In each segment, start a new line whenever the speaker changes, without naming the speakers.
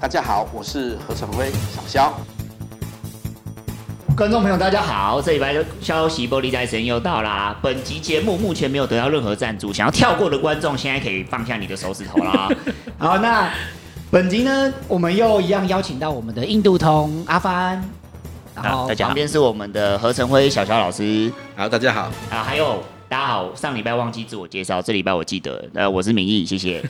大家好，我是何成辉，小肖。
观众朋友，大家好！这礼拜的消息玻璃袋时间又到啦。本集节目目前没有得到任何赞助，想要跳过的观众现在可以放下你的手指头 啦。
好，那本集呢，我们又一样邀请到我们的印度通阿帆，然
好，
后
啊大家旁边是我们的何成辉小肖老师
好，大家好，
啊，还有大家好，上礼拜忘记自我介绍，这礼拜我记得，呃，我是明义，谢 谢。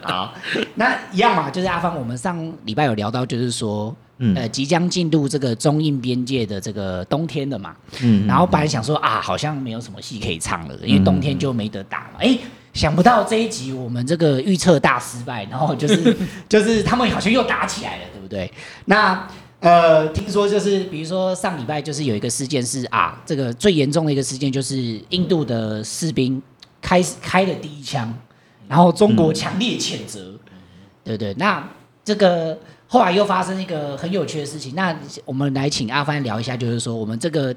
好，
那一样嘛，就是阿芳，我们上礼拜有聊到，就是说，
嗯
呃，即将进入这个中印边界的这个冬天了嘛，
嗯
然后本来想说啊，好像没有什么戏可以唱了，因为冬天就没得打嘛，哎、想不到这一集我们这个预测大失败，然后就是 就是他们好像又打起来了，对不对？那呃，听说就是比如说上礼拜就是有一个事件是啊，这个最严重的一个事件就是印度的士兵开开了第一枪，然后中国强烈谴责，对对。那这个后来又发生一个很有趣的事情，那我们来请阿帆聊一下，就是说我们这个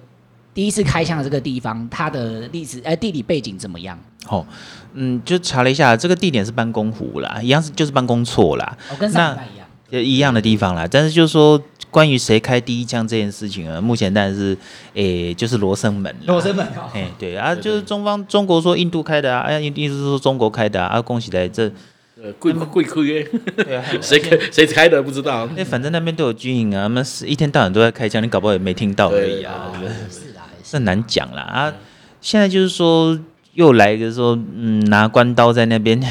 第一次开枪的这个地方，它的历史呃地理背景怎么样？
好、嗯，就查了一下，这个地点是班公湖啦，一样是就是班公错啦，
哦，跟上礼拜一样。
就一样的地方啦。但是就是说，关于谁开第一枪这件事情啊，目前当然是诶、就是罗生门啦，
罗生门哦
哎、对啊，就是中方中国说印度开的啊，哎、印印度说中国开的啊，啊恭喜来这，
嗯
呃，贵贵亏耶，
对啊，
谁开谁开的不知道。
哎、反正那边都有军营啊，他们是一天到晚都在开枪，你搞不好也没听到而已啊，对不对
是啊，是
这难讲啦
嗯
啊！现在就是说又来一个说，嗯，拿关刀在那边，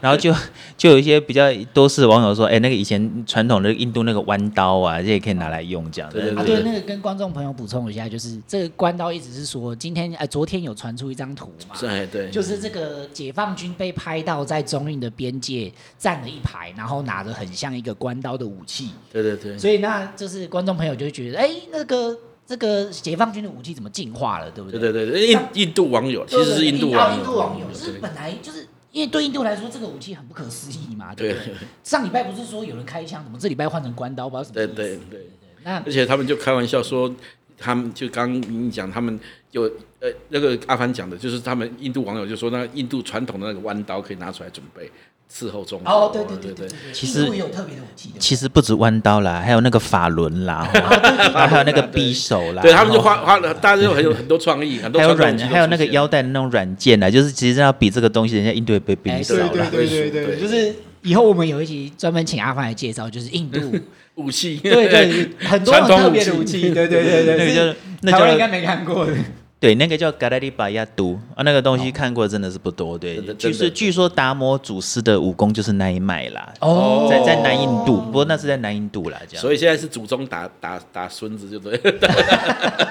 然后就就有一些比较多是网友说，哎、那个以前传统的印度那个弯刀啊，这也可以拿来用这样
对对
啊，
子。
对，那个跟观众朋友补充一下，就是这个关刀一直是说，今天呃昨天有传出一张图嘛，
是哎，对，
就是啊这个解放军被拍到在中印的边界站了一排，然后拿着很像一个关刀的武器，
对对对，
所以那就是观众朋友就会觉得，哎，那个这个解放军的武器怎么进化了，对不
对
对？
对对，印印度网友其实是印度
网
网
印
友，
度网友，就是
对
本来就是因为对印度来说，这个武器很不可思议嘛，对
对
不对？上礼拜不是说有人开枪，怎么这礼拜换成关刀，不知道什么
对
意思？
对对，
那
而且他们就开玩笑说，他们就刚你讲，他们有呃那个阿凡讲的，就是他们印度网友就说，那印度传统的那个弯刀可以拿出来准备伺候中国。
哦，对对对
对
对对，
其实
印度也有特别的武器的。
其实不止弯刀啦，还有那个法轮
啊
啦，然后还有那个匕首啦，
对他们就
然后
花花了，大家就很有很多创意，很多
还有
传统
软
武器都
还有那
出
个
现
腰带的那种软件啦，就是其实要比这个东西，人家印度也被比
哎
你少啦。
对对对对
就是以后我们有一集专门请阿凡来介绍，就是印度，
武器，
对对，对很多很
传统武器
特别的武器，对对对对，
那个
是
叫那
台湾应
叫
该没看过的。
对，那个叫嘎达利巴亚都啊，那个东西看过真的是不多。对
哦真的，
据
真
是
的
据说达摩祖师的武功就是那一脉啦，
哦
在在南印度，不过那是在南印度啦，这样。
所以现在是祖宗打打打孙子，就对 了。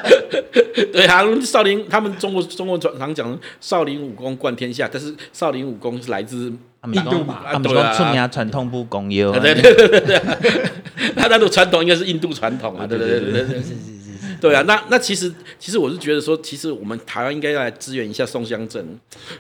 对啊，少林他们中国中国常常讲少林武功冠天下，但是少林武功是来自
他们
印度
讲
嘛
他们
对啊
讲出名传统不公有啊，
对对对对对，那那种传统应该是印度传统啊，对对对对对，是是是，对啊，那那其实其实我是觉得说，其实我们台湾应该要来支援一下宋江镇，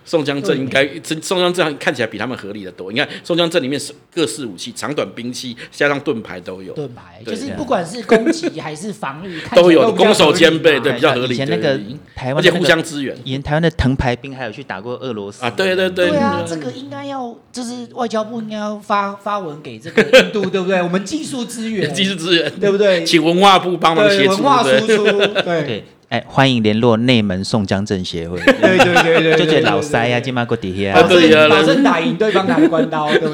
宋江镇应该宋宋江镇看起来比他们合理的多。你看宋江镇里面是各式武器，长短兵器加上盾牌都有，
盾牌，就
对
是不管是攻击还是防御，看起来
都有
比较
攻守
合理
兼备
嘛
对比较合理
以前那个
对对对
台
而
湾
且
的那
互
个
相支援
以前台湾的藤牌兵还有去打过俄罗斯
啊，对对对
对啊，
嗯
这个应该要，就是外交部应该要发发文给这个印度，对不对？ 我们技术支援，
技术支援，
对不对？
请文化部帮忙协
对
助，
文化
对
输
不
出，
对
对
哎，欢迎联络内门宋江镇 协会，
对对对对，
就
对
觉得老塞啊，，金马国底
对
下
啊
对
对
对
呀
保证保证打赢对方打的关刀，对不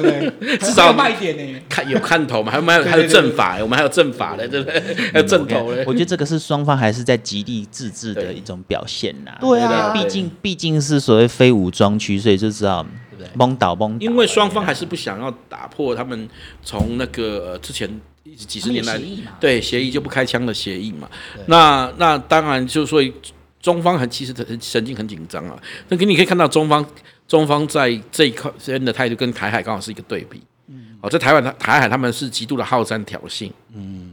对？
至少
还有卖点呢。
看有看头嘛，还有还有还有阵法，我们还有阵法嘞，对不
嗯
对？还有阵头嘞
我，觉得这个是双方还是在极力自治的一种表现呐、
对啊
毕竟毕竟是所谓非武装区，所以就知道蒙倒蒙倒。
因为双方还是不想要打破他们从那个、呃、之前一直几十年来
他们有协议嘛
对协议就不开枪的协议嘛。那那当然就是说中方很其实很神经很紧张啊。那你可以看到中方中方在这一块这边的态度跟台海刚好是一个对比。嗯，哦，在台湾台海他们是极度的好战挑衅。嗯。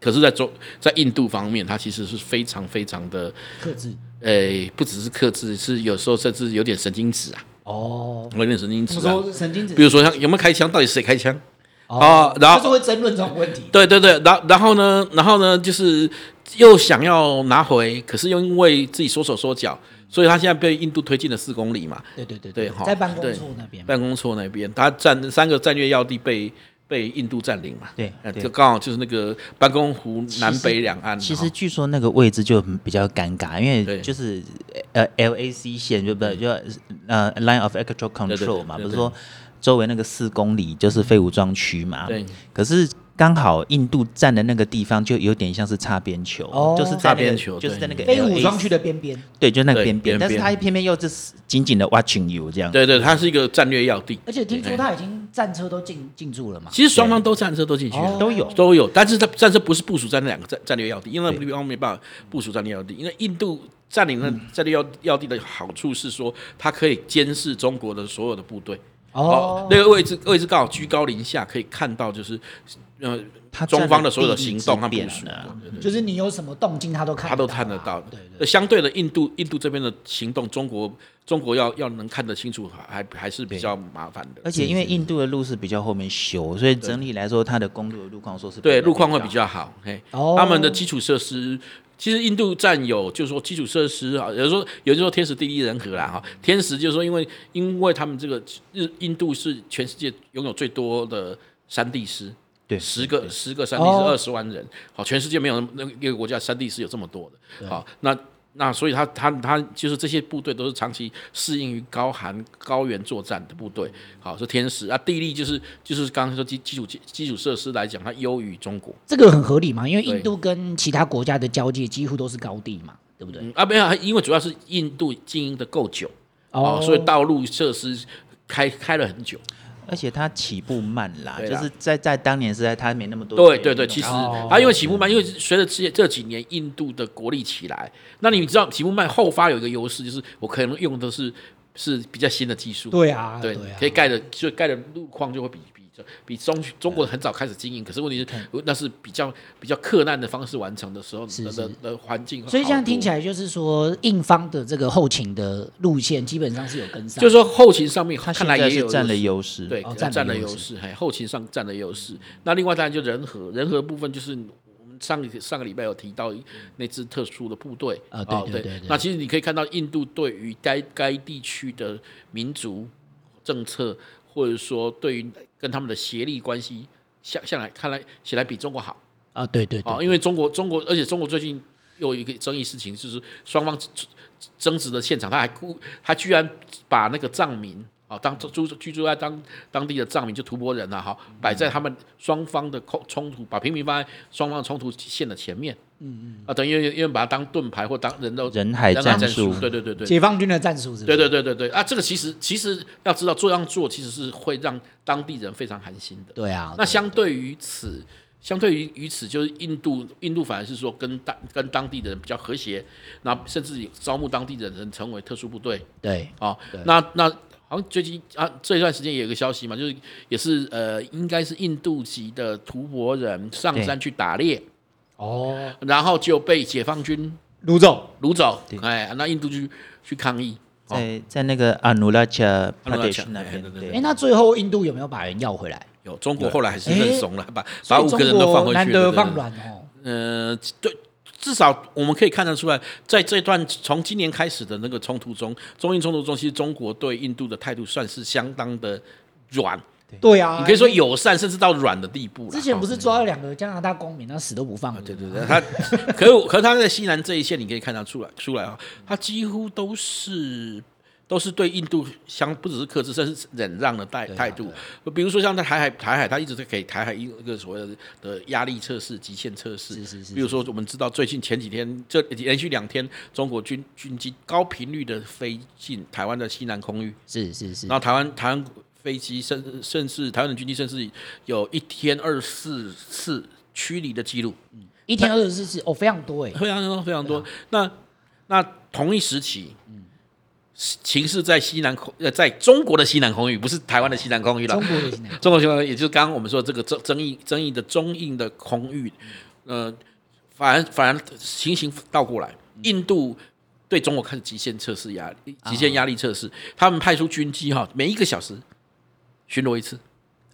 可是在，中在印度方面，它其实是非常非常的，
克制
呃，不只是克制，是有时候甚至有点神经质啊，
哦，
有点神经
怎
质
么
啊。
说神经质？
比如说像有没有开枪，到底谁开枪？
哦
啊然后
就是会争论这种问题，
对对对，然然后呢，然后呢，就是又想要拿回，可是又因为自己缩手缩脚，所以他现在被印度推进了四公里嘛，
对对对
对好
在办公
对
处那边嘛，
办公处那边，他战三个战略要地被被印度占领嘛，
对
呃
对
就刚好就是那个班公湖南
其实
北两岸嘛，
其
哈
实据说那个位置就比较尴尬，因
对嗯
为就是呃 LAC 线就不就呃 Line of Actual
对对
Control 嘛，
对对
不是说周围那个四公里就是废武装区嘛？
对。
可是刚好印度站的那个地方就有点像是擦边球，
哦
就是在
擦
那个
边球
就是在那个
非武装
LAC
区的边边，
对，就是那个
对
边
边
边，但是
边
他偏偏又就是紧紧的 watching you 这样。
对对，它是一个战略要地。
而且听说他已经战车都进进驻了嘛。
其实双方都战车都进去了，
都有
哦都有，但是它战车不是部署在那两个战战略要地，因为那个地方没办法部署战略要地，因为印度占领了战略要要地的好处是说，它可以监视中国的所有的部队。
哦，
那个位置位置刚好居高临下，可以看到就是呃
他占
中
了
方的所有的
地
行
理
动
之
和部
便
署
了啊，
对对对
就是你有什么动静，他都看，
他都看得到的
对对。
那相对的，印度印度这边的行动，中国中国要要能看得清楚，还还还是比较麻烦的。
而且因为印度的路是比较后面修，所以整体来说，它的公路的路况说是
对，路况会
较
比。较好。嘿，
哦
他们的基础设施，其实印度占有，就是说基础设施啊，有人说有人说天时地利人和啦哈。天时就是说，因为因为他们这个日印度是全世界拥有最多的山地师，
对
十个十个山地
哦
是二十万人，好，全世界没有那么一个国家山地是有这么多的，好，那那所以他他他就是这些部队都是长期适应于高寒高原作战的部队，好是天时啊，地利就是就是刚刚说基基础基础设施来讲，它优于中国，
这个很合理嘛，因为印
对
度跟其他国家的交界几乎都是高地嘛，对不对？
嗯啊没有，因为主要是印度经营的够久，哦，所以道路设施开开了很久，
而且它起步慢啦，
对
就
啦
是在在当年时代，它没那么多
对
捷运
对对，
嘛
其实
哦
啊，因为起步慢，因为随着这这几年印度的国力起来，那你知道起步慢后发有一个优势，就是我可能用的是是比较新的技术，
对啊，
对
对啊，
可以盖的，所以盖的路况就会比比比中中国很早开始经营，可是问题是那是比较比较克难的方式完成的时候
是
的的的环境会好多，
所以这样听起
来
来就是说，印方的这个后勤的路线基本上是有跟上，
就是说后勤上面
它
看
现
来
在
也
是
有
占了
优势
优势。
对，
哦
可能
占了
占了
优
优
势
势，嘿，后勤上占了优势。那另外当然就人和，人和部分就是我们上个上个礼拜有提到那支特殊的部队
啊对
哦
对
对
对对
那其实你可以看到印度对于该该地区的民族政策，或者说对于跟他们的协力关系，向向来看来显然比中国好。
啊，对对
啊、
对，
因为中国中国，而且中国最近又有一个争议事情，就是双方争争执的现场，他还故他居然把那个藏民啊、当住居住在当当地的藏民就吐蕃人啊，哈、摆在他们双方的冲冲突，把平民放在双方的冲突线的前面，嗯嗯，啊，等于因为把它当盾牌或当人肉
人海战术
对对对对。
解放军的战术是不
对
是？
对对对对啊！这个其实其实要知道，这样做其实是会让当地人非常寒心的。
对啊，
那相对于此，相对于于此，就是印度，印度反而是说跟当跟当地的人比较和谐，然后甚至有招募当地的人成为特殊部队
对
啊、哦。那那好像最近啊这一段时间也有一个消息嘛，就是也是呃，应该是印度籍的吐蕃人上山去打猎，
哦，
然后就被解放军
卢总，
掳走
对，
哎，那印度就去抗议。哦
在在那个阿努拉恰
Arunachal，
Pradesh 那边，
对对
哎，
对，
那最后印度有没有把人要回来？
有中国后来还是
哎
认怂了，把把五
所
个
以
人都
中
放回
国
去了，
难
对
得
对
放
对
软哦，
呃，对，至少我们可以看得出来，在这段从今年开始的那个冲突中，中印冲突中，其实中国对印度的态度算是相当的软，
对啊，
你可以说友善，甚至到软的地步了。
之前不
哦
是抓了两个加拿大公民，那死都不放，哦对对对，
他，可是可是他在西南这一线，你可以看得出来出来啊、他几乎都是都是对印度相不只是克制，甚至忍让的态
啊
态度。比如说像在台海台海，他一直在给台海一个所谓的的压力测试、极限测试。
是是是
比如说我们知道最近前几天这连续两天，中国军军机高频率的飞进台湾的西南空域。
是是是
然，后台湾台湾飞机甚甚至台湾的军机甚至有一天二四次驱离的记录，
一天二十四次哦，非常多哎，
非常多非常多。那那同一时期，情势在西南空呃，在中国的西南空域，不是台湾的西南空域了
中。国的现在
中国西南空域，也就是刚刚我们说这个争争议争议的中印的空域，呃，反而反而情形倒过来，印度。对中国开始极限测试压力，极限压力测试，他们派出军机哈，每一个小时巡逻一次，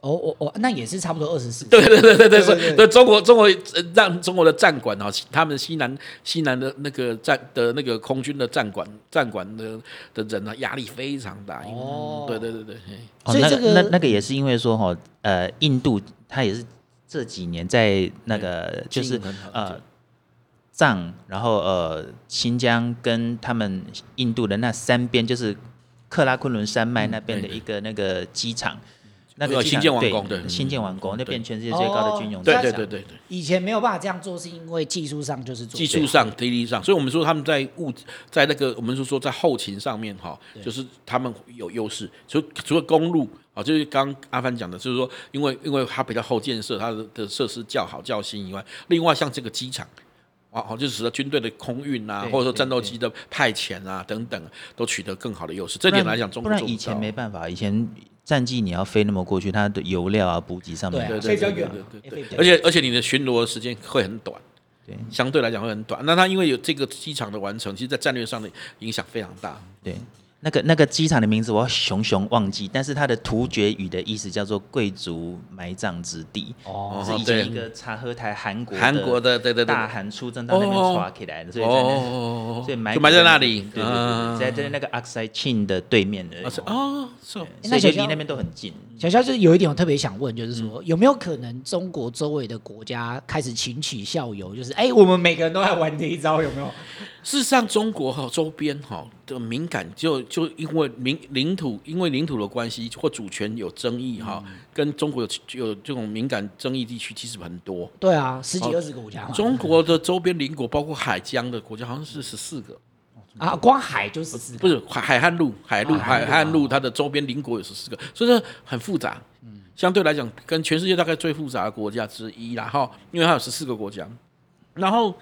哦哦哦，那也是差不多二十四。
对对 对对对，所
对对
以对中国中国呃让中国的战管啊，西他们西南西南的那个战的那个空军的战管战管的的人啊，压力非常大。因为
哦
对对对对，嘿
哦，
所以
那
这个
那那个也是因为说哈，呃，印度它也是这几年在那个就
经
是
营很好
呃藏，然后呃新疆跟他们印度的那三边就是克拉昆仑山脉
嗯
那边的一个那个机场，那个
呃
机
新
场
建王
对
宫对
新建王宫那边全世界
哦
最高的军用机
对
场，
对对对对。
以前没有办法这样做，是因为技术上就是做不啊
技术上、体力上，所以我们说他们在物在那个我们是说在后勤上面哈，就是他们有优势。除除了公路啊，就是刚阿帆讲的，就是说因为因为它比较后建设，它的的设施较好较新以外，另外像这个机场。啊，哦，就是使得军队的空运啊，
对
或者说
对
战斗
对
机的派遣啊等等，都取得更好的优势。这点来讲，中
不
国
然
做
以
不
前
到
没办法，以前战绩你要飞那么过去，它的油料啊补给上面
对
对
啊所
对
以比较
对
远嘛
对
也可以
对
比
对，
较
而且而且你的巡逻的时间会很短，
对
相对来讲会很短。那它因为有这个机场的完成，其实在战略上的影响非常大。
对，那个那个机场的名字我熊熊忘记，但是它的突厥语的意思叫做贵族埋葬之地，
哦，
是以
对
前一个察合台韩国
韩国的对对对
大韩出征到那边
哦
抓起来的，所以在那
哦，
所以埋
就埋在那里，
对对对，在在那个 Aksai Chin 的对面的，
啊是哦是哦
所以就
那学校
离那边都很近。
小肖就是有一点我特别想问，就是
嗯
说、有没有可能中国周围的国家开始群起效尤，就是哎、我们每个人都在玩这一招，有没有？
事实上，中国哈周边哈的敏感就，就因为民领土，因为领土的关系或主权有争议哈，跟中国有有这种敏感争议地区其实很多。
对啊，十几二十个国家嘛，
哦中国的周边邻国，包括海疆的国家，好像是十四个，
啊，光海就十四个，
不是海海岸路，海路，海岸路，它的周边邻国有十四个，所以说很复杂。相对来讲，跟全世界大概最复杂的国家之一啦，哈，因为它有十四个国家，然后，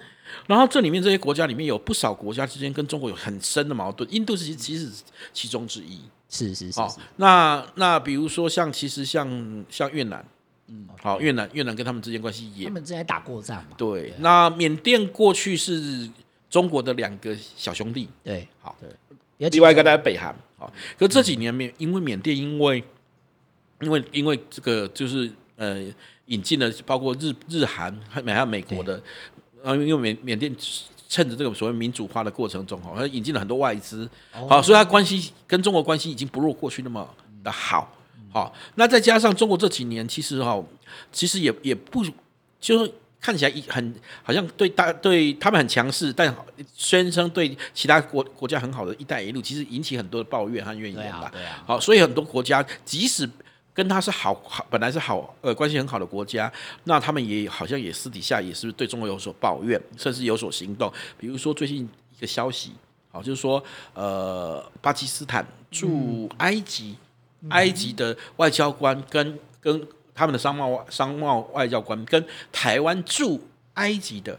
然后这里面这些国家里面有不少国家之间跟中国有很深的矛盾，印度是其实是其中之一。
是是是
哦，那那比如说像其实像像越南，嗯，好、越南越南跟他们之间关系也
他们之前打过仗嘛，
对，那缅甸过去是中国的两个小兄弟，
对，
好，
比较
另外一个在北韩，好，可这几年缅因为缅甸因为因为因为这个就是呃引进了包括日日韩还美还有美国的，然后因为缅缅甸趁着这个所谓民主化的过程中，哦哈，它引进了很多外资，好、所以它关系跟中国关系已经不如过去那么的好，好、那再加上中国这几年其实哈、其实也也不就是看起来一很好像对大对他们很强势，但好宣称对其他国国家很好的“一带一路”，其实引起很多的抱怨和怨
对
言
啊
吧。
对啊，
好，所以很多国家即使跟他是好好，本来是好呃关系很好的国家，那他们也好像也私底下也是对中国有所抱怨，甚至有所行动。比如说最近一个消息，好，就是说呃，巴基斯坦驻埃及、埃及的外交官跟跟他们的商贸商贸外交官跟台湾驻埃及的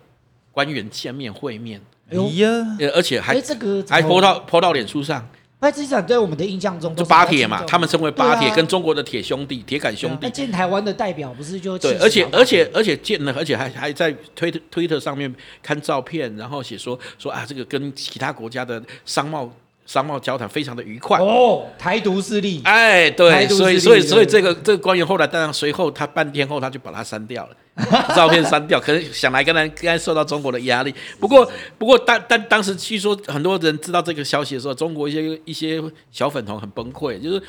官员见面会面，
哎呦
哎呀，
呃，而且还
哎这个
还
怎
泼
么
到泼到脸书上。
巴基斯坦对我们的印象中都
就是巴
比较
铁
轻
嘛，
重
他们称为巴铁，
对啊
跟中国的铁兄弟、铁杆兄
啊那
弟。
见台湾的代表不是就
对，
气势
而且
好
而且而且见了，而且还还在推特推特上面看照片，然后写说说啊，这个跟其他国家的商贸商贸交谈非常的愉快。
哦，台独势力
哎，
台
对，
独
所以
势
所以
力
所以
对
这个这个官员后来，当然随后他半天后他就把他删掉 了，照片删掉，可能想来跟他应该受到中国的压力。不过不过当当当时据说很多人知道这个消息的时候，中国一些一些小粉红很崩溃，就是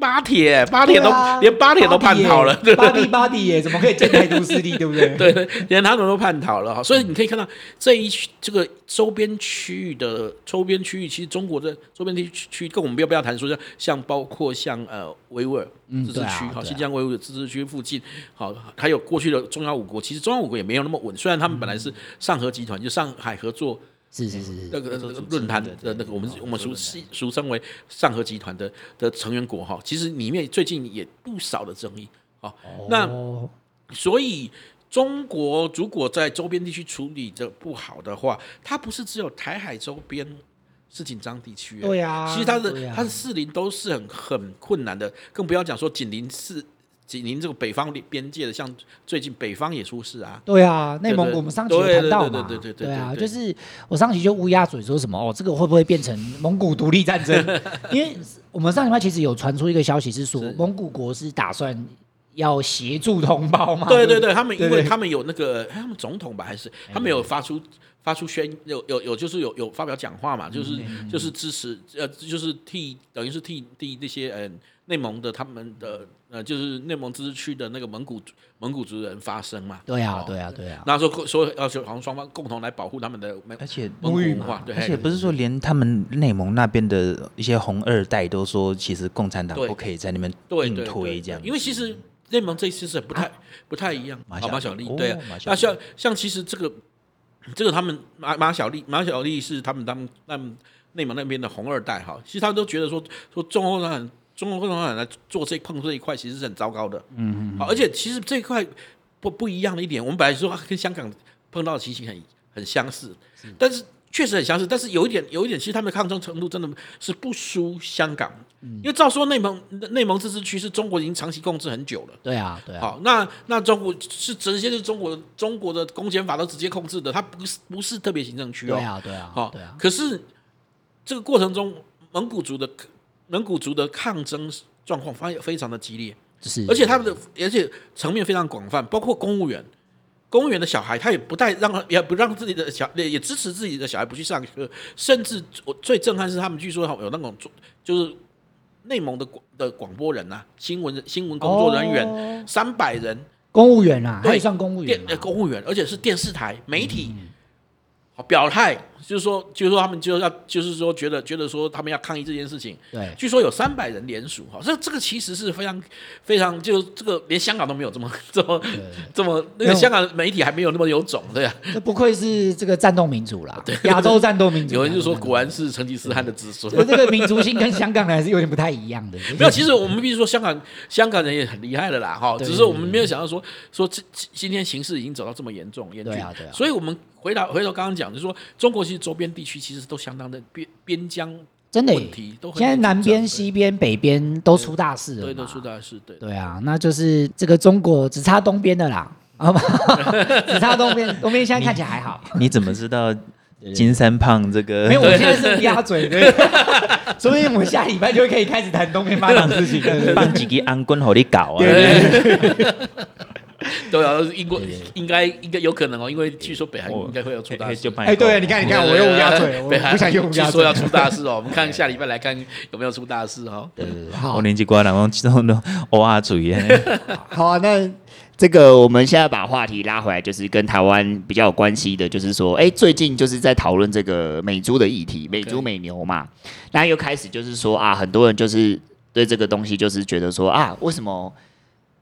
巴铁巴铁都、
对啊
连巴铁都叛逃了，对不
巴
对？
蒂巴蒂耶，怎么可以见台独 势力，对不对？
对对，连他们都叛逃了哈，所以你可以看到这一区这个周边区域的周边区域，其实中国的周边地区区，跟我们不要不要谈说像像包括像呃维吾尔
嗯
自治
对啊
区，好、
对啊
新疆维吾尔自治区附近，好、还有过去的中央五国，其实中央五国也没有那么稳，虽然他们本来是上合集团，就上海合作
是是是
那
是，
个
合作组织
论坛
对对
的那个，我们
哦
我们
合作
俗
论坛
俗称为上合集团的的成员国哈，其实里面最近也不少的争议。好， 那
哦
所以中国如果在周边地区处理的不好的话，它不是只有台海周边是紧张地区、欸，
对啊
其实它的、
对啊
它的士林都是很很困难的，更不要讲说紧邻四。您这个北方边界的，像最近北方也出事啊，
对啊，内蒙
对
古我们上期有谈到嘛，
对对对对对对
啊，
对
就
对
是我上期就乌鸦嘴说什么哦，这个会不会变成蒙古独立 战争？因为我们上礼拜其实有传出一个消息是说，蒙古国是打算要协助同胞嘛？
对
对
对对，他们因
对
为
对
他们有那个哎他们总统吧，还是他们有发出发出宣有有有就是有有发表讲话嘛，就是就是支持呃就是替等于是替替那些嗯内蒙的他们的呃就是内蒙自治区的那个蒙古族蒙古族人发声嘛。
对啊
哦，
对啊，对啊，
那时候说要求好像双方共同来保护他们的蒙
而且
蒙古
母语
文
嘛
化，对，哎
而且不是说连他们内蒙那边的一些红二代都说，其实共产党
对
不可以在那边
对
硬
对
推
对
这样子，
因为其实内蒙这一次是不太、不太一样，
马
啊
小
马小
丽
丽
哦
对啊
马，小
那
丽
像像其实这个这个他们马马小丽马小丽是他们他们他们内蒙那边的红二代哈，其实他们都觉得说说中共共产党中国共产党来做这碰这一块其实是很糟糕的，嗯嗯，好，而且其实这一块不不一样的一点，我们本来说啊跟香港碰到的情形很很相似，但是。确实很相似，但是有一点，有一点，其实他们的抗争程度真的是不输香港，因为照说内蒙内蒙自治区是中国已经长期控制很久了。
对啊，对啊，
好，那那中国是直接是中国中国的公检法都直接控制的，它不是不是特别行政区哦。
对啊，对啊
好，，
对啊，
可是这个过程中，蒙古族的蒙古族的抗争状况发非常的激烈，
就是，
而且他们的而且层面非常广泛，包括公务员。公务员的小孩，他也不带让他，也不让自己的小，也支持自己的小孩不去上课，甚至我最震撼是他们据说有那种就是内蒙的广的广播人呐、新闻新闻工作人
哦
员三百、人，
公务员啊，
对
他也算公务员嗯
电
嘛
呃，公务员，而且是电视台媒体、好表态，就是说就是说他们就要就是说觉得觉得说他们要抗议这件事情，
对，
据说有三百人联署哈，这这个其实是非常非常就这个连香港都没有这么这么这么那
没
个
有
香港媒体还没有那么有种对啊，
这不愧是这个战斗民族啦，亚洲战斗民族。啊
有人就说果然是成吉思汗的子孙。
这个民族性跟香港人还是有点不太 一样的。就是
没有，其实我们必须说，香港香港人也很厉害的啦，哈，
对
只是我们没有想到说说这这今天形势已经走到这么严重严峻，
对啊对啊
所以我们回答回头刚刚讲，就是说中国其实周边地区其实都相当的边边疆
真的耶
问题都很
现在南边、
紧张
西边、北边都出大事了
对对都
嘛
出大事，对
对啊，那就是这个中国只差东边的啦，好吧，只差东边，东边现在看起来还好。
你怎么知道金三胖这个？
没有，我现在是乌鸦嘴的， 说不定我们下礼拜就可以开始谈东边发展的事情。对对对
放几个安棍好你搞啊！
对啊，英国应该应该有可能哦，因为据说北韩应该会要出大
嘿嘿
事
就。帮
哎，对，你
搞
看，你看，我用乌鸦嘴，我
北韩
不想用乌
据
鸦
说
嘴
要。出大事哦，我们看下礼拜来看有没有出大事哦。
好
我，年纪瓜然后这种都哇嘴 耶，
好啊，那这个我们现在把话题拉回来，就是跟台湾比较有关系的，就是说，哎，最近就是在讨论这个美猪的议题，美猪
对
美牛嘛，那又开始就是说啊，很多人就是对这个东西就是觉得说啊，为什么？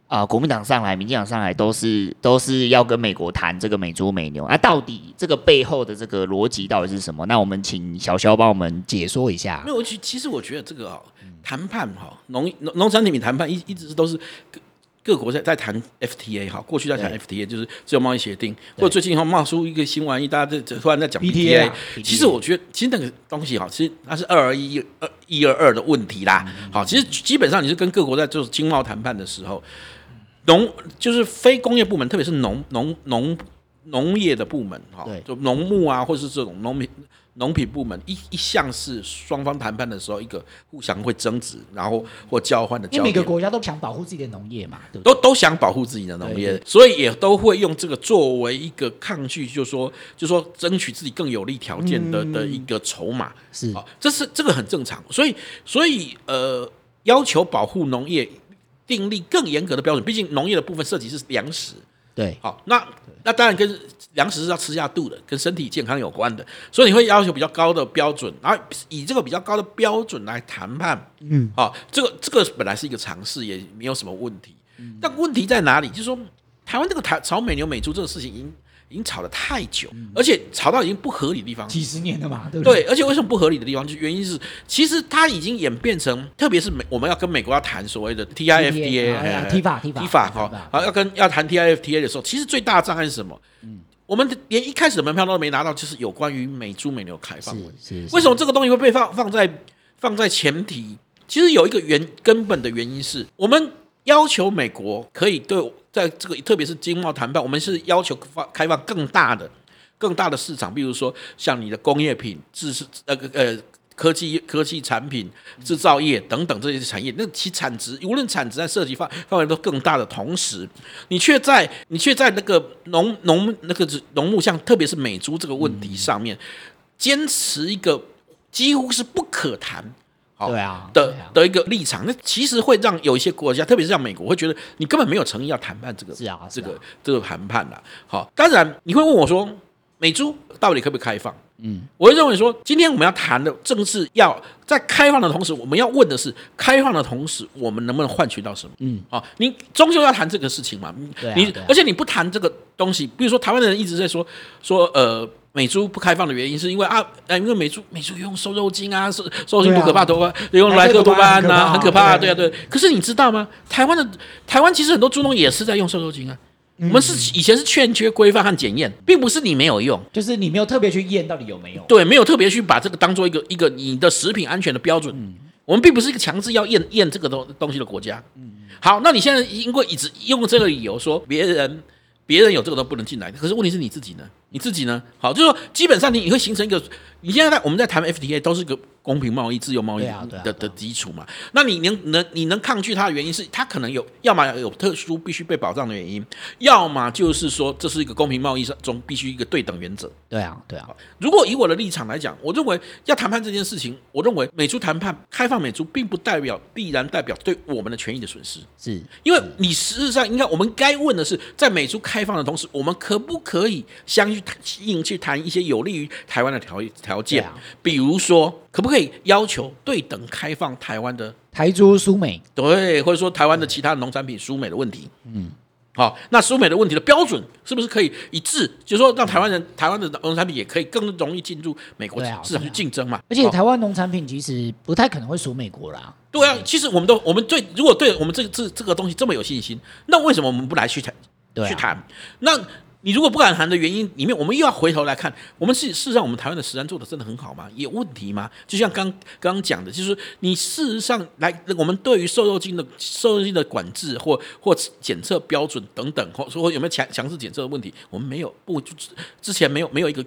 啊，国民党上来，民进党上来，都是都是要跟美国谈这个美猪美牛啊，到底这个背后的这个逻辑到底是什么？那我们请小肖帮我们解说一下
没。有，我其其实我觉得这个哦，谈判哈、农农农产品谈判一一直都是各各国在在谈 FTA 哈、过去在谈 FTA 就是自由贸易协定，或者最近哈、冒出一个新玩意，大家在在突然在讲
BTA
BTA，其实我觉得其实那个东西哈、其实它是二二一二一二二的问题啦。
嗯
好、其实基本上你是跟各国在做经贸谈判的时候，农就是非工业部门，特别是农农农农业的部门哈
对，
就农牧啊，或是这种农民农品部门，一一向是双方谈判的时候一个互相会争执，然后或交换的
因
焦
为每个
点。
国家都想保护自己的农业嘛，对不对？
都都想保护自己的农业，所以也都会用这个作为一个抗拒，就说就说争取自己更有利条件的、的一个筹码。
是
好，这是这个很正常。所以，所以呃，要求保护农业，订立更严格的标准。毕竟农业的部分涉及是粮食。
对，
好，那那当然跟粮食是要吃下肚的，跟身体健康有关的，所以你会要求比较高的标准，然后以这个比较高的标准来谈判。嗯，好、这个这个本来是一个尝试，也没有什么问题。但问题在哪里？就是说，台湾这个台炒美牛美猪这个事情已经已经炒得太久，而且炒到已经不合理的地方。
几十年了嘛，对不
对，而且为什么不合理的地方，就是原因是，其实它已经演变成，特别是美，我们要跟美国要谈所谓的 TIFDA，
啊
哎哎
TIFA
TIFA 哈
TIFA，
好，要跟要谈 TIFDA 的时候，其实最大的障碍是什么？我们连一开始的门票都没拿到，就是有关于美猪美牛开放问题。
是是
为什么这个东西会被放放在放在前提？其实有一个原根本的原因是我们要求美国可以对我在这个，特别是经贸谈判，我们是要求发开放更大的、更大的市场，比如说像你的工业品、制式呃呃科技科技产品、制造业等等这些产业，那其产值无论产值在涉及范范围都更大的同时，你却在你却在那个农农那个农牧像，特别是美猪这个问题上面，坚持一个几乎是不可谈。好
对啊
的
对啊
的一个立场，那其实会让有一些国家，特别是像美国，会觉得你根本没有诚意要谈判这个
是啊
这
是
个
啊
这个谈判啦。好，当然你会问我说，美猪到底可不可以开放？嗯，我会认为说，今天我们要谈的正是要在开放的同时，我们要问的是，开放的同时，我们能不能换取到什么？嗯，好、你终究要谈这个事情嘛。
对啊
你、
对啊
而且你不谈这个东西，比如说台湾的人一直在说说呃。美猪不开放的原因是因为啊，呃，因为美猪美猪用瘦肉精啊，瘦瘦肉精
对
多
啊
可怕，多可怕，用莱克多巴胺呐、很可怕、啊，对啊，对。可是你知道吗？台湾的台湾其实很多猪农也是在用瘦肉精啊。我们是以前是欠缺规范和检验，并不是你没有用，
就是你没有特别去验到底有没有。
对，没有特别去把这个当做一个一个你的食品安全的标准。
嗯
我们并不是一个强制要验验这个东东西的国家。
嗯
好，那你现在因为一直用这个理由说别人别人有这个都不能进来，可是问题是你自己呢？你自己呢？好，就是说基本上你你会形成一个，你现在在我们在谈 FTA 都是个公平贸易、自由贸易
对
的、
啊对啊
的
对啊
基础嘛。那你能能你能抗拒它的原因是，它可能有要么有特殊必须被保障的原因，要么就是说这是一个公平贸易上中必须一个对等哦原则。
对啊，对啊，
如果以我的立场来讲，我认为要谈判这件事情，我认为美猪谈判开放美猪，并不代表必然代表对我们的权益的损失，
是
因为你事实上应该我们该问的是，在美猪开放的同时，我们可不可以相应去谈一些有利于台湾的条条件，
对啊
比如说可不可以要求对等开放台湾的
台猪苏美，
对，或者说台湾的其他农产品输美的问题，嗯，好、那输美的问题的标准是不是可以一致？就是说，让台湾人、台湾的农产品也可以更容易进入美国
对啊
市场去竞争嘛？
而且
哦
台湾农产品其实不太可能会输美国啦。
对啊，其实我们都我们对，如果对我们这个这这个东西这么有信心，那为什么我们不来去谈、
对啊
去谈？那你如果不敢谈的原因里面，我们又要回头来看，我们是事实上我们台湾的食安做的真的很好吗？有问题吗？就像刚刚讲的，就是你事实上来，我们对于瘦肉精的瘦肉精的管制或或检测标准等等，或说有没有强强制检测的问题，我们没有不之之前没有没有一个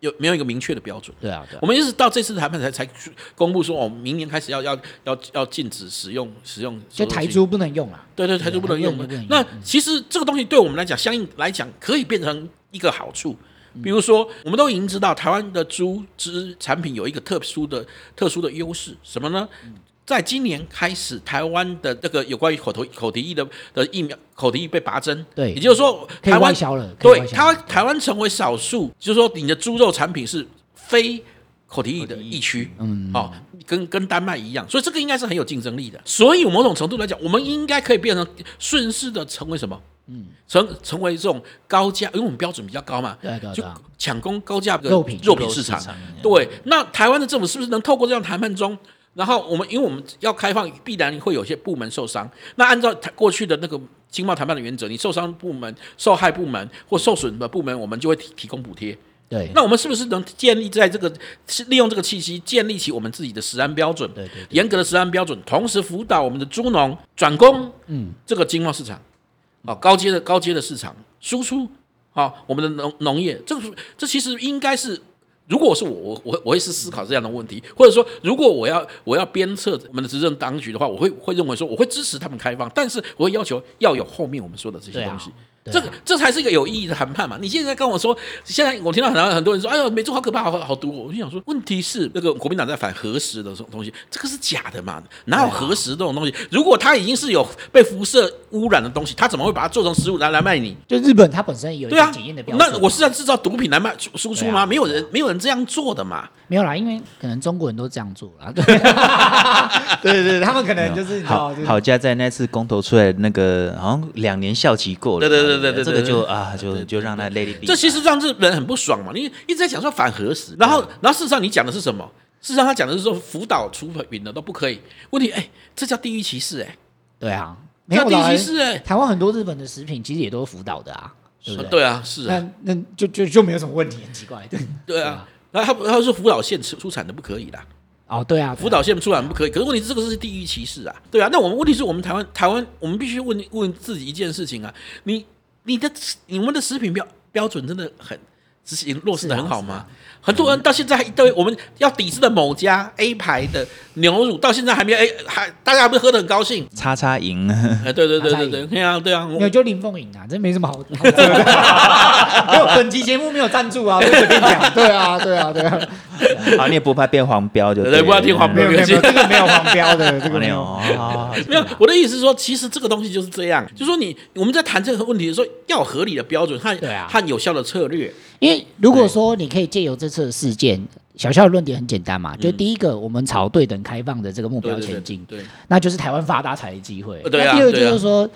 有没有一个明确的标准。
对啊，对啊
我，们一直到这次谈判才才公布说，哦，明年开始要要要要禁止使用使用
就台，猪不能用啦。
对对，台猪
对
不能用
台猪不能用。嗯
那其实这个东西对我们来讲，相应来讲可以变成一个好处。
嗯
比如说，我们都已经知道台湾的猪只产品有一个特殊的特殊的优势，什么呢？
嗯
在今年开始，台湾的这个有关于口头口蹄疫的的疫苗口蹄疫被拔针，
对
也就是说，
可以
台湾
外销了可以
对
外销
它
了
台湾成为少数，就是说你的猪肉产品是非口蹄疫的疫区，嗯，好、跟跟丹麦一样，所以这个应该是很有竞争力的。所以某种程度来讲，我们应该可以变成顺势的成为什么？嗯，成成为这种高价，因为我们标准比较高嘛，
对啊对啊
就
对啊
抢攻高价的
肉品
肉品市场。对，那台湾的政府是不是能透过这样谈判中，然后我们因为我们要开放，必然会有些部门受伤。那按照台过去的那个经贸谈判的原则，你受伤部门、受害部门或受损的部门，我们就会提提供补贴。
对，
那我们是不是能建立在这个是利用这个契机，建立起我们自己的食安标准？
对对对
严格的食安标准，同时辅导我们的猪农转攻，嗯，这个经贸市场，啊，高阶的高阶的市场输出，啊，我们的农农业，这个是这其实应该是。如果是我，我我会我会是思考这样的问题，或者说，如果我要我要鞭策我们的执政当局的话，我会会认为说，我会支持他们开放，但是我会要求要有后面我们说的这些
对啊
东西。
对啊
这个这才是一个有意义的谈判嘛！你现在跟我说，现在我听到很多很多人说，哎呦，美猪好可怕，好好毒哦！我就想说，问题是那个国民党在反核实的这种东西，这个是假的嘛？哪有核实这种东西？
啊
如果它已经是有被辐射污染的东西，它怎么会把它做成食物拿来卖你？
就日本它本身有一
对啊
个检验的，标准。
那我是在制造毒品来卖输输出
对
吗？
啊
没有人没有人这样做的嘛！
没有啦，因为可能中国人都这样做 啦。对对对，他们可能就是
好好家在那次公投出来，那个好像两年效期过
对
了，
对对对对
这个
对
就
对
啊，就就让他 lady
这其实让日本人很不爽嘛！你一直在讲说反核实，
啊
然后然后事实上你讲的是什么？事实上他讲的是说辅导出品的都不可以。问题哎，这叫地域歧视哎、
对啊，没
这叫
有啦
地域歧视哎、
台湾很多日本的食品其实也都是辅导的啊，对不
啊
对？
对啊，是啊，
那嗯那就就就没有什么问题，很奇怪。对
对啊。然后他他说福岛县出出产的不可以啦，
哦，对啊，
辅导线出版不可以，可是问题是这个是地域歧视啊，对啊。那我们问题是我们台湾台湾，我们必须问问自己一件事情啊，你你的你们的食品标标准真的很执行落实的很好
啊
吗？很多
嗯
人到现在还对我们要抵制的某家 A 牌的牛乳，到现在还没有 A，还大家还不是喝的很高兴？
叉叉赢，
哎，对对对
大家
对对，对啊对啊，
没有
我
就林凤颖啊，这没什么好。好争的 没有本期节目没有赞助啊，我 随便讲。对啊，对啊，对啊，
好，你也不怕变黄标就
对
了
不怕变黄标
没有没有没有，这个没有黄标的， 这
哦
个
没
没
有，
有。
哦
没有我的意思是说，其实这个东西就是这样，就是说你我们在谈这个问题的时候，要有合理的标准和
对啊
和有效的策略，
因为如果说你可以借由这次的事件，小校的论点很简单嘛，就第一个，我们朝对等开放的这个目
嗯对
标
对对
前进
对。对。
那就是台湾发大财的机会。
呃对啊
那第二个
对啊
就是说，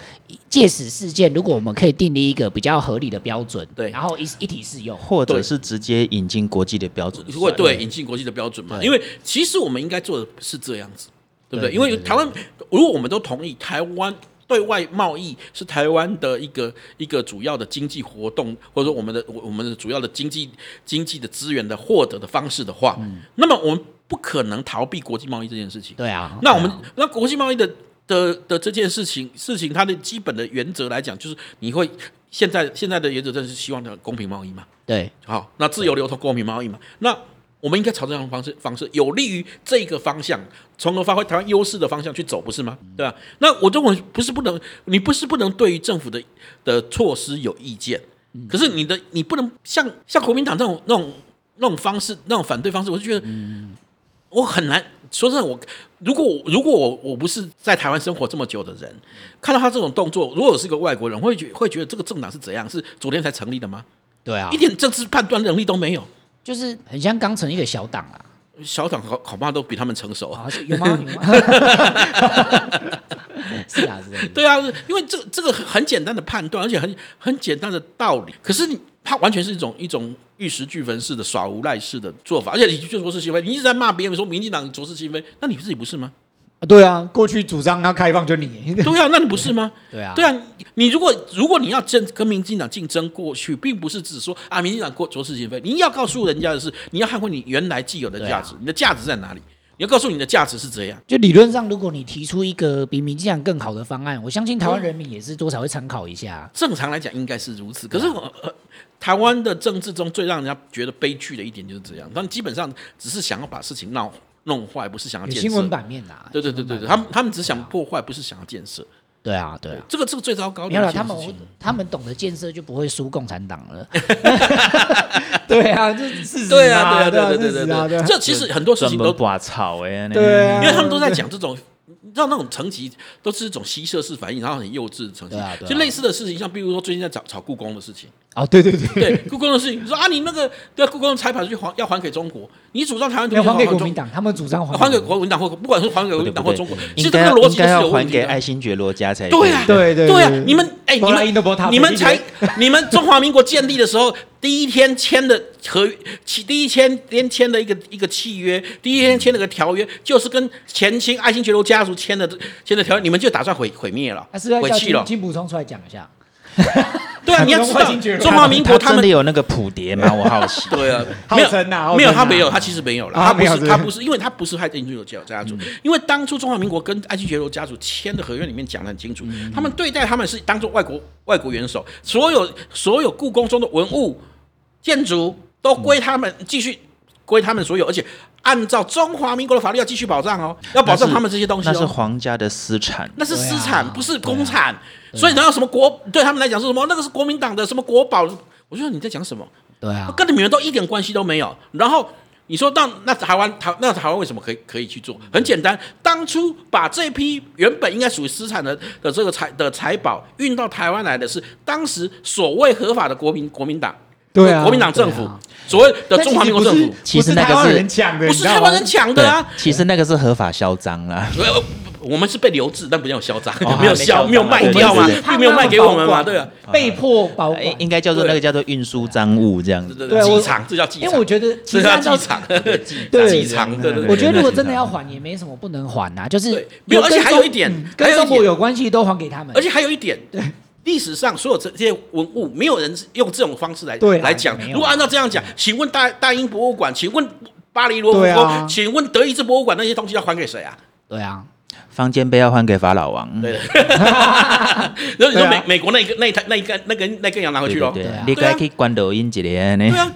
借此事件，如果我们可以订立一个比较合理的标准，
对
然后一一体适用，
或者
对
是直接引进国际的标准
如果
算
对引进国际的标准嘛，因为其实我们应该做的是这样子，对不对？
对
因为台湾，如果我们都同意台湾。对外贸易是台湾的一个一个主要的经济活动，或者说我们的我我们的主要的经济经济的资源的获得的方式的话，
嗯
那么我们不可能逃避国际贸易这件事情。
对啊。
那我们
对啊
那国际贸易的的的这件事情事情，它的基本的原则来讲，就是你会现在现在的原则就是希望的公平贸易嘛，
对
好，那自由流通、公平贸易嘛，那我们应该朝这样的方式方式，有利于这个方向，从而发挥台湾优势的方向去走，不是吗？对吧、那我认为不是不能，你不是不能对于政府的的措施有意见，可是你的你不能像像国民党这种那种那种方式，那种反对方式，我就觉得。我很难说真的，我如果我如果我我不是在台湾生活这么久的人，看到他这种动作，如果我是个外国人，会觉会觉得这个政党是怎样？是昨天才成立的吗？
对啊
一，点政治判断能力都没有。
就是很像刚成立的小党啊，
小党恐恐怕都比他们成熟啊。
啊是有吗？ 有吗？是啊，是啊，
对啊，因为这这个很很简单的判断，而且很很简单的道理，可是你它完全是一种一种玉石俱焚式的耍无赖式的做法，而且你就浊是心非，你一直在骂别人说民进党浊是心非，那你自己不是 吗？
对啊，过去主张要开放就你，
对啊，那你不是吗？
对啊，
对 啊，你如果如果你要争跟民进党竞争过去，并不是只说啊，民进党过浊是心非，你要告诉人家的是，你要捍卫你原来既有的价值，你的价值在哪里？你要告诉你的价值是怎样。
就理论上，如果你提出一个比民进党更好的方案，我相信台湾人民也是多少会参考一下。啊
正常来讲应该是如此，可是我、呃、台湾的政治中最让人家觉得悲剧的一点就是这样，他们基本上只是想要把事情闹弄坏，不是想要
有
建设。
新闻版面啊呐、
对对对对对，他们他们只想破坏，不是想要建设。
对啊，对啊，
这个这个最糟糕的
没
一
有
件
了，
事情。
他们他们懂得建设就不会输共产党了。对 啊，这是嗯事实
对啊
对
对对
事
对
实啊对啊
这其实很多事
专
情都
门拔草哎，那
对啊
因为他们都在讲这种，你知道那种层级都是一种吸射式反应，然后很幼稚的层级
对啊对。啊
就类似的事情，像比如说最近在吵吵故宫的事情，
哦，对对对，
对故宫的事情，说啊你那个对啊故宫的财产去还要还给中国，你主张台湾独立
要还给
中
国民党，他们主张还
还给国民党或不管是还给国
不对
民党
不
或
对
嗯中国，其
应
实这个
该要
逻
应
辑都
该
是有
要还
问题
给
的
爱。新觉罗家才
对啊，
对对
对啊
对，
你们哎，你
后来印度伯塔
们你们
飞机
才 你们中华民国建立的时候，第一天签的合契，第一天天签的一个一个契约，第一天签了个条约，就是跟前清爱新觉罗家族签的签的条约，你们就打算毁毁灭了
他啊是不，是
毁
要
弃
叫
了。
金补充出来讲一下？
对啊，你要
不
知
用
道
爱新觉罗
中华民国
他
他
真
们。
的有那个谱蝶吗？我好奇
对啊，
号
没有
称啊号
没有
称
他
啊
没有，他其实没有了，
啊
他不
没有
是
是不是嗯
他不是，因为他不是害印度有家族，因为当初中华民国跟爱新觉罗家族签的合约里面讲的很清楚，
嗯
他们对待他们是当做外国外国元首，所有所有故宫中的文物建筑都归他们继续归他们所有，而且按照中华民国的法律要继续保障哦，
嗯
要保障他们这些东西
那是
哦。
皇家的私产，
那是私
对啊
产，不是公产，所以然后什么国对他们来讲是什么？那个是国民党的什么国宝？我就说你在讲什么？
对啊，
跟你们都一点关系都没有。然后你说到那台湾台那台湾为什么可以可以去做？很简单，当初把这批原本应该属于私产的的这个财的财宝运到台湾来的是当时所谓合法的国民国民党，
对啊
国民党政府、
对啊
所谓的中华民国政府，
其实那
不
个
台湾
是
人抢的，
不
你
是
知道
台湾人
吗
抢的啊。
其实那个是合法销赃啊啦。
呃我们是被留置，但没有销赃，
哦
没有
还
销，没
没销赃
有卖掉嘛，并没有卖给我们嘛，对啊，，
被迫保管
应。应该叫做那个叫做运输赃物这样子。
对
对我
机场这叫机
因
场，
为我觉得其
这
实
叫
按照
机场，
对
机场，对对对
我觉得如果真的要还，也没什么不能还啊，就是
对没有而且
跟
还
中
有一点
嗯
还
跟
有一
中国
点
有关系都还给他们，
而且还有一点，历史上所有这些文物，没有人用这种方式来
对啊
来讲
没。有
如果按照这样讲，请问大大英博物馆，请问巴黎罗浮
对
宫，
啊
请问德意志博物馆那些东西要还给谁啊？
对啊，
方尖碑要还给法老王，
对的，然后你
对
说
啊
美美国那一个那一台那一个那个那根要拿回去
对
喽
对，
对
对啊
对，你该去关抖音一个呢。
啊，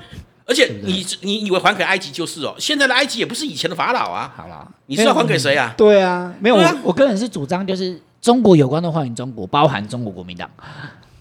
而且你你以为还给埃及就是哦，现在的埃及也不是以前的法老啊，
好了，
你是要还给谁啊？
对啊，没有，
对啊
我我个人是主张就是中国有关的欢迎中国，包含中国国民党。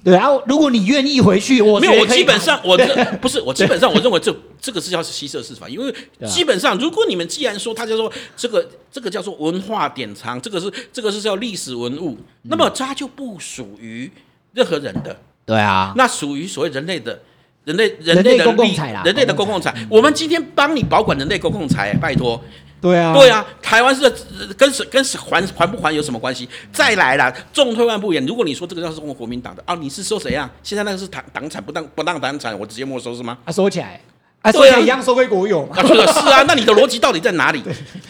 对啊，如果你愿意回去，我
没
觉
有，
得
我
可以
基本 上我这不是我基本上我认为这这个是叫西色市法，因为
啊
基本上如果你们既然说它叫做这个这个叫做文化典藏，这个是这个是叫历史文物，
嗯
那么它就不属于任何人的，
对啊，
那属于所谓人类的。人类人
人类
类的
公共
利
财啦嗯
人类的
公
公共
共
财。我们今天帮你保管人类公共财，拜托。
对啊，
对啊，台湾是呃跟谁跟谁还还不还有什么关系？再来啦，重退万步言，如果你说这个叫是中国国民党的啊，你是说谁啊？现在那个是党党产不当不当党产，我直接没收是吗？
啊，收起来，啊，
对啊
收起来一样收归国有嘛。
啊，是的，是 啊，那你的逻辑到底在哪里？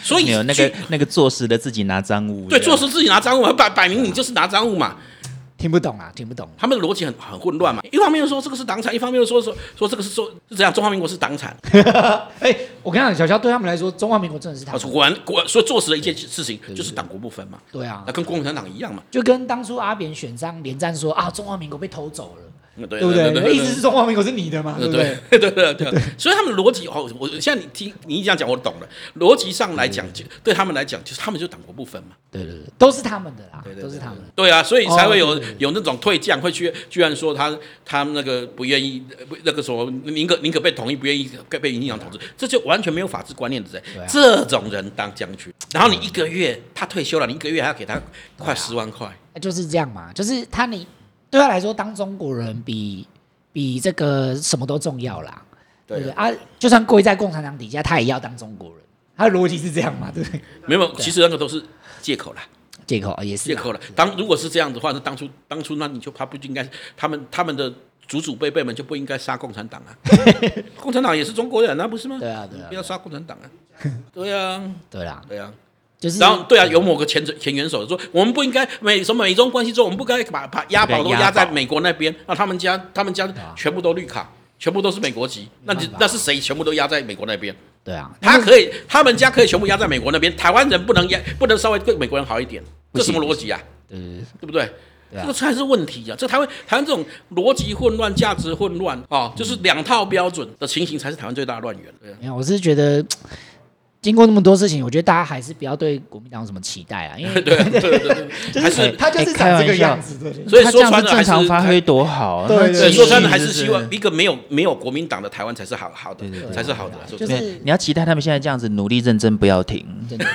所以
没有那
啊去
个那个做事的自己拿赃物，
对做事自己拿赃物嘛，摆摆明你就是拿赃物嘛。
听不懂啊，听不懂。
他们的逻辑很很混乱嘛，一方面又说这个是党产，一方面又说说说这个是说是怎样，中华民国是党产，
哎、我跟你讲，小肖对他们来说，中华民国真的是他
啊
们。
果然果然所以做实的一件事情就是党国不分嘛，
对啊
那，跟共产党一样嘛，
就跟当初阿扁选上连战说啊，中华民国被偷走了，
对
对不对？意思是中华民国是你的嘛，对不对？
对 对对对，所以他们的逻辑哦，我现在你听你一这样讲，我懂了。逻辑上来
嗯
讲，就对他们来讲，就是他们就党国不分嘛。
对对对，都是他们的啦，都是他们的。
对啊，所以才会有、
哦对对
有那种退将会去，居然说他他那个不愿意，呃不那个什么宁可宁可被同意，不愿意被被影响统治，这就完全没有法治观念的人。
啊对啊嗯
这种人当将军，然后你一个月他退休了，你一个月还要给他快
啊
十万块，
就是这样嘛，就是他你对他来说，当中国人比比这个什么都重要啦，对
对
不对啊？就算跪在共产党底下，他也要当中国人，他的逻辑是这样嘛，对不 对？啊
没有，其实那个都是借口啦。
借口啊也是
借
啦
口了。当如果是这样的话，那当初当初那你就他不应该，他们他们的祖祖辈辈们就不应该杀共产党啊。共产党也是中国人啊，不是吗？
对啊对啊
你不要杀共产党啊。对啊，
对啦，
对啊，
就是
然后对啊，有某个前前元首说，我们不应该美什么美中关系之后，我们不该把把押宝都
不该押
押在
宝
美国那边，那他们家他们家
啊
全部都绿卡，全部都是美国籍，那
没
你
办法
那是谁全部都押在美国那边？
对啊，
他可以，他们家可以全部压在美国那边，台湾人不能压，不能稍微对美国人好一点，这什么逻辑啊？
对
对不对？
对啊
这个才是问题啊！这台湾台湾这种逻辑混乱、价值混乱啊、哦就是两套标准的情形，才是台湾最大的乱源。对啊
没有，我是觉得经过那么多事情，我觉得大家还是不要对国民党有什么期待啊，因 为哎
对啊对对对对，还是
他
就是长这个样
子的。
所以
他这
说
样
穿
子
了还
正
是
常发挥多好，啊
对
那
对
对，
继续
说穿了还是
就
希望一个没有没有国民党的台湾才是好好的
对对，对
才是好的。
对啊
说
就
真
是
的
没有你要期待他们现在这样子努力认真，不要停。
真的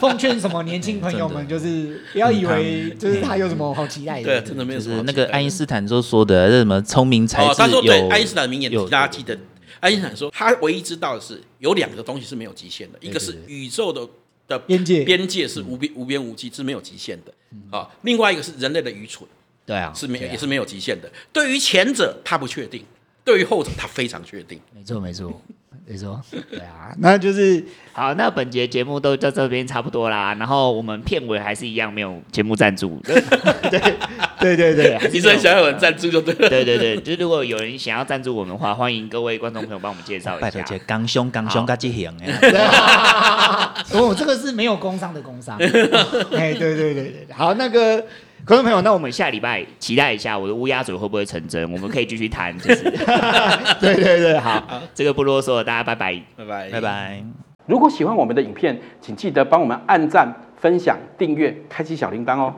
奉劝什么年轻朋友们，就是不要以为就是他有什么好期待的。
对啊，真的没有
就
什么
是
好
那
期待
个爱因斯坦就说的，这什么聪明才
哦，他
智
说对
有，
爱因斯坦的名言
有，
大家记得，爱因斯坦说他唯一知道的是有两个东西是没有极限的，一个是宇宙的的
边界
边界是无边无边无际是没有极限的，啊，另外一个是人类的愚蠢。
对啊，
是没
对啊
也是没有极限的。对于前者，他不确定；对于后者，他非常确定。
没错没错 没错，对啊，
那就是好，那本节节目都到这边差不多啦。然后我们片尾还是一样没有节目赞助，
对对对，
你说想有人赞助就对了。
对对对，就是如果有人想要赞助我们的话，欢迎各位观众朋友帮我们介绍一
拜
下
托。姐，刚凶刚
好
凶，嘎即行哎。
哦，这个是没有工伤的工 伤。哎，对对对对，好，那个
观众朋友，那我们下礼拜期待一下我的乌鸦嘴会不会成真，我们可以继续谈。就是， 对对对，好，这个不啰嗦了，大家拜拜。
拜拜
拜。拜。
如果喜欢我们的影片，请记得帮我们按赞、分享、订阅、开启小铃铛哦。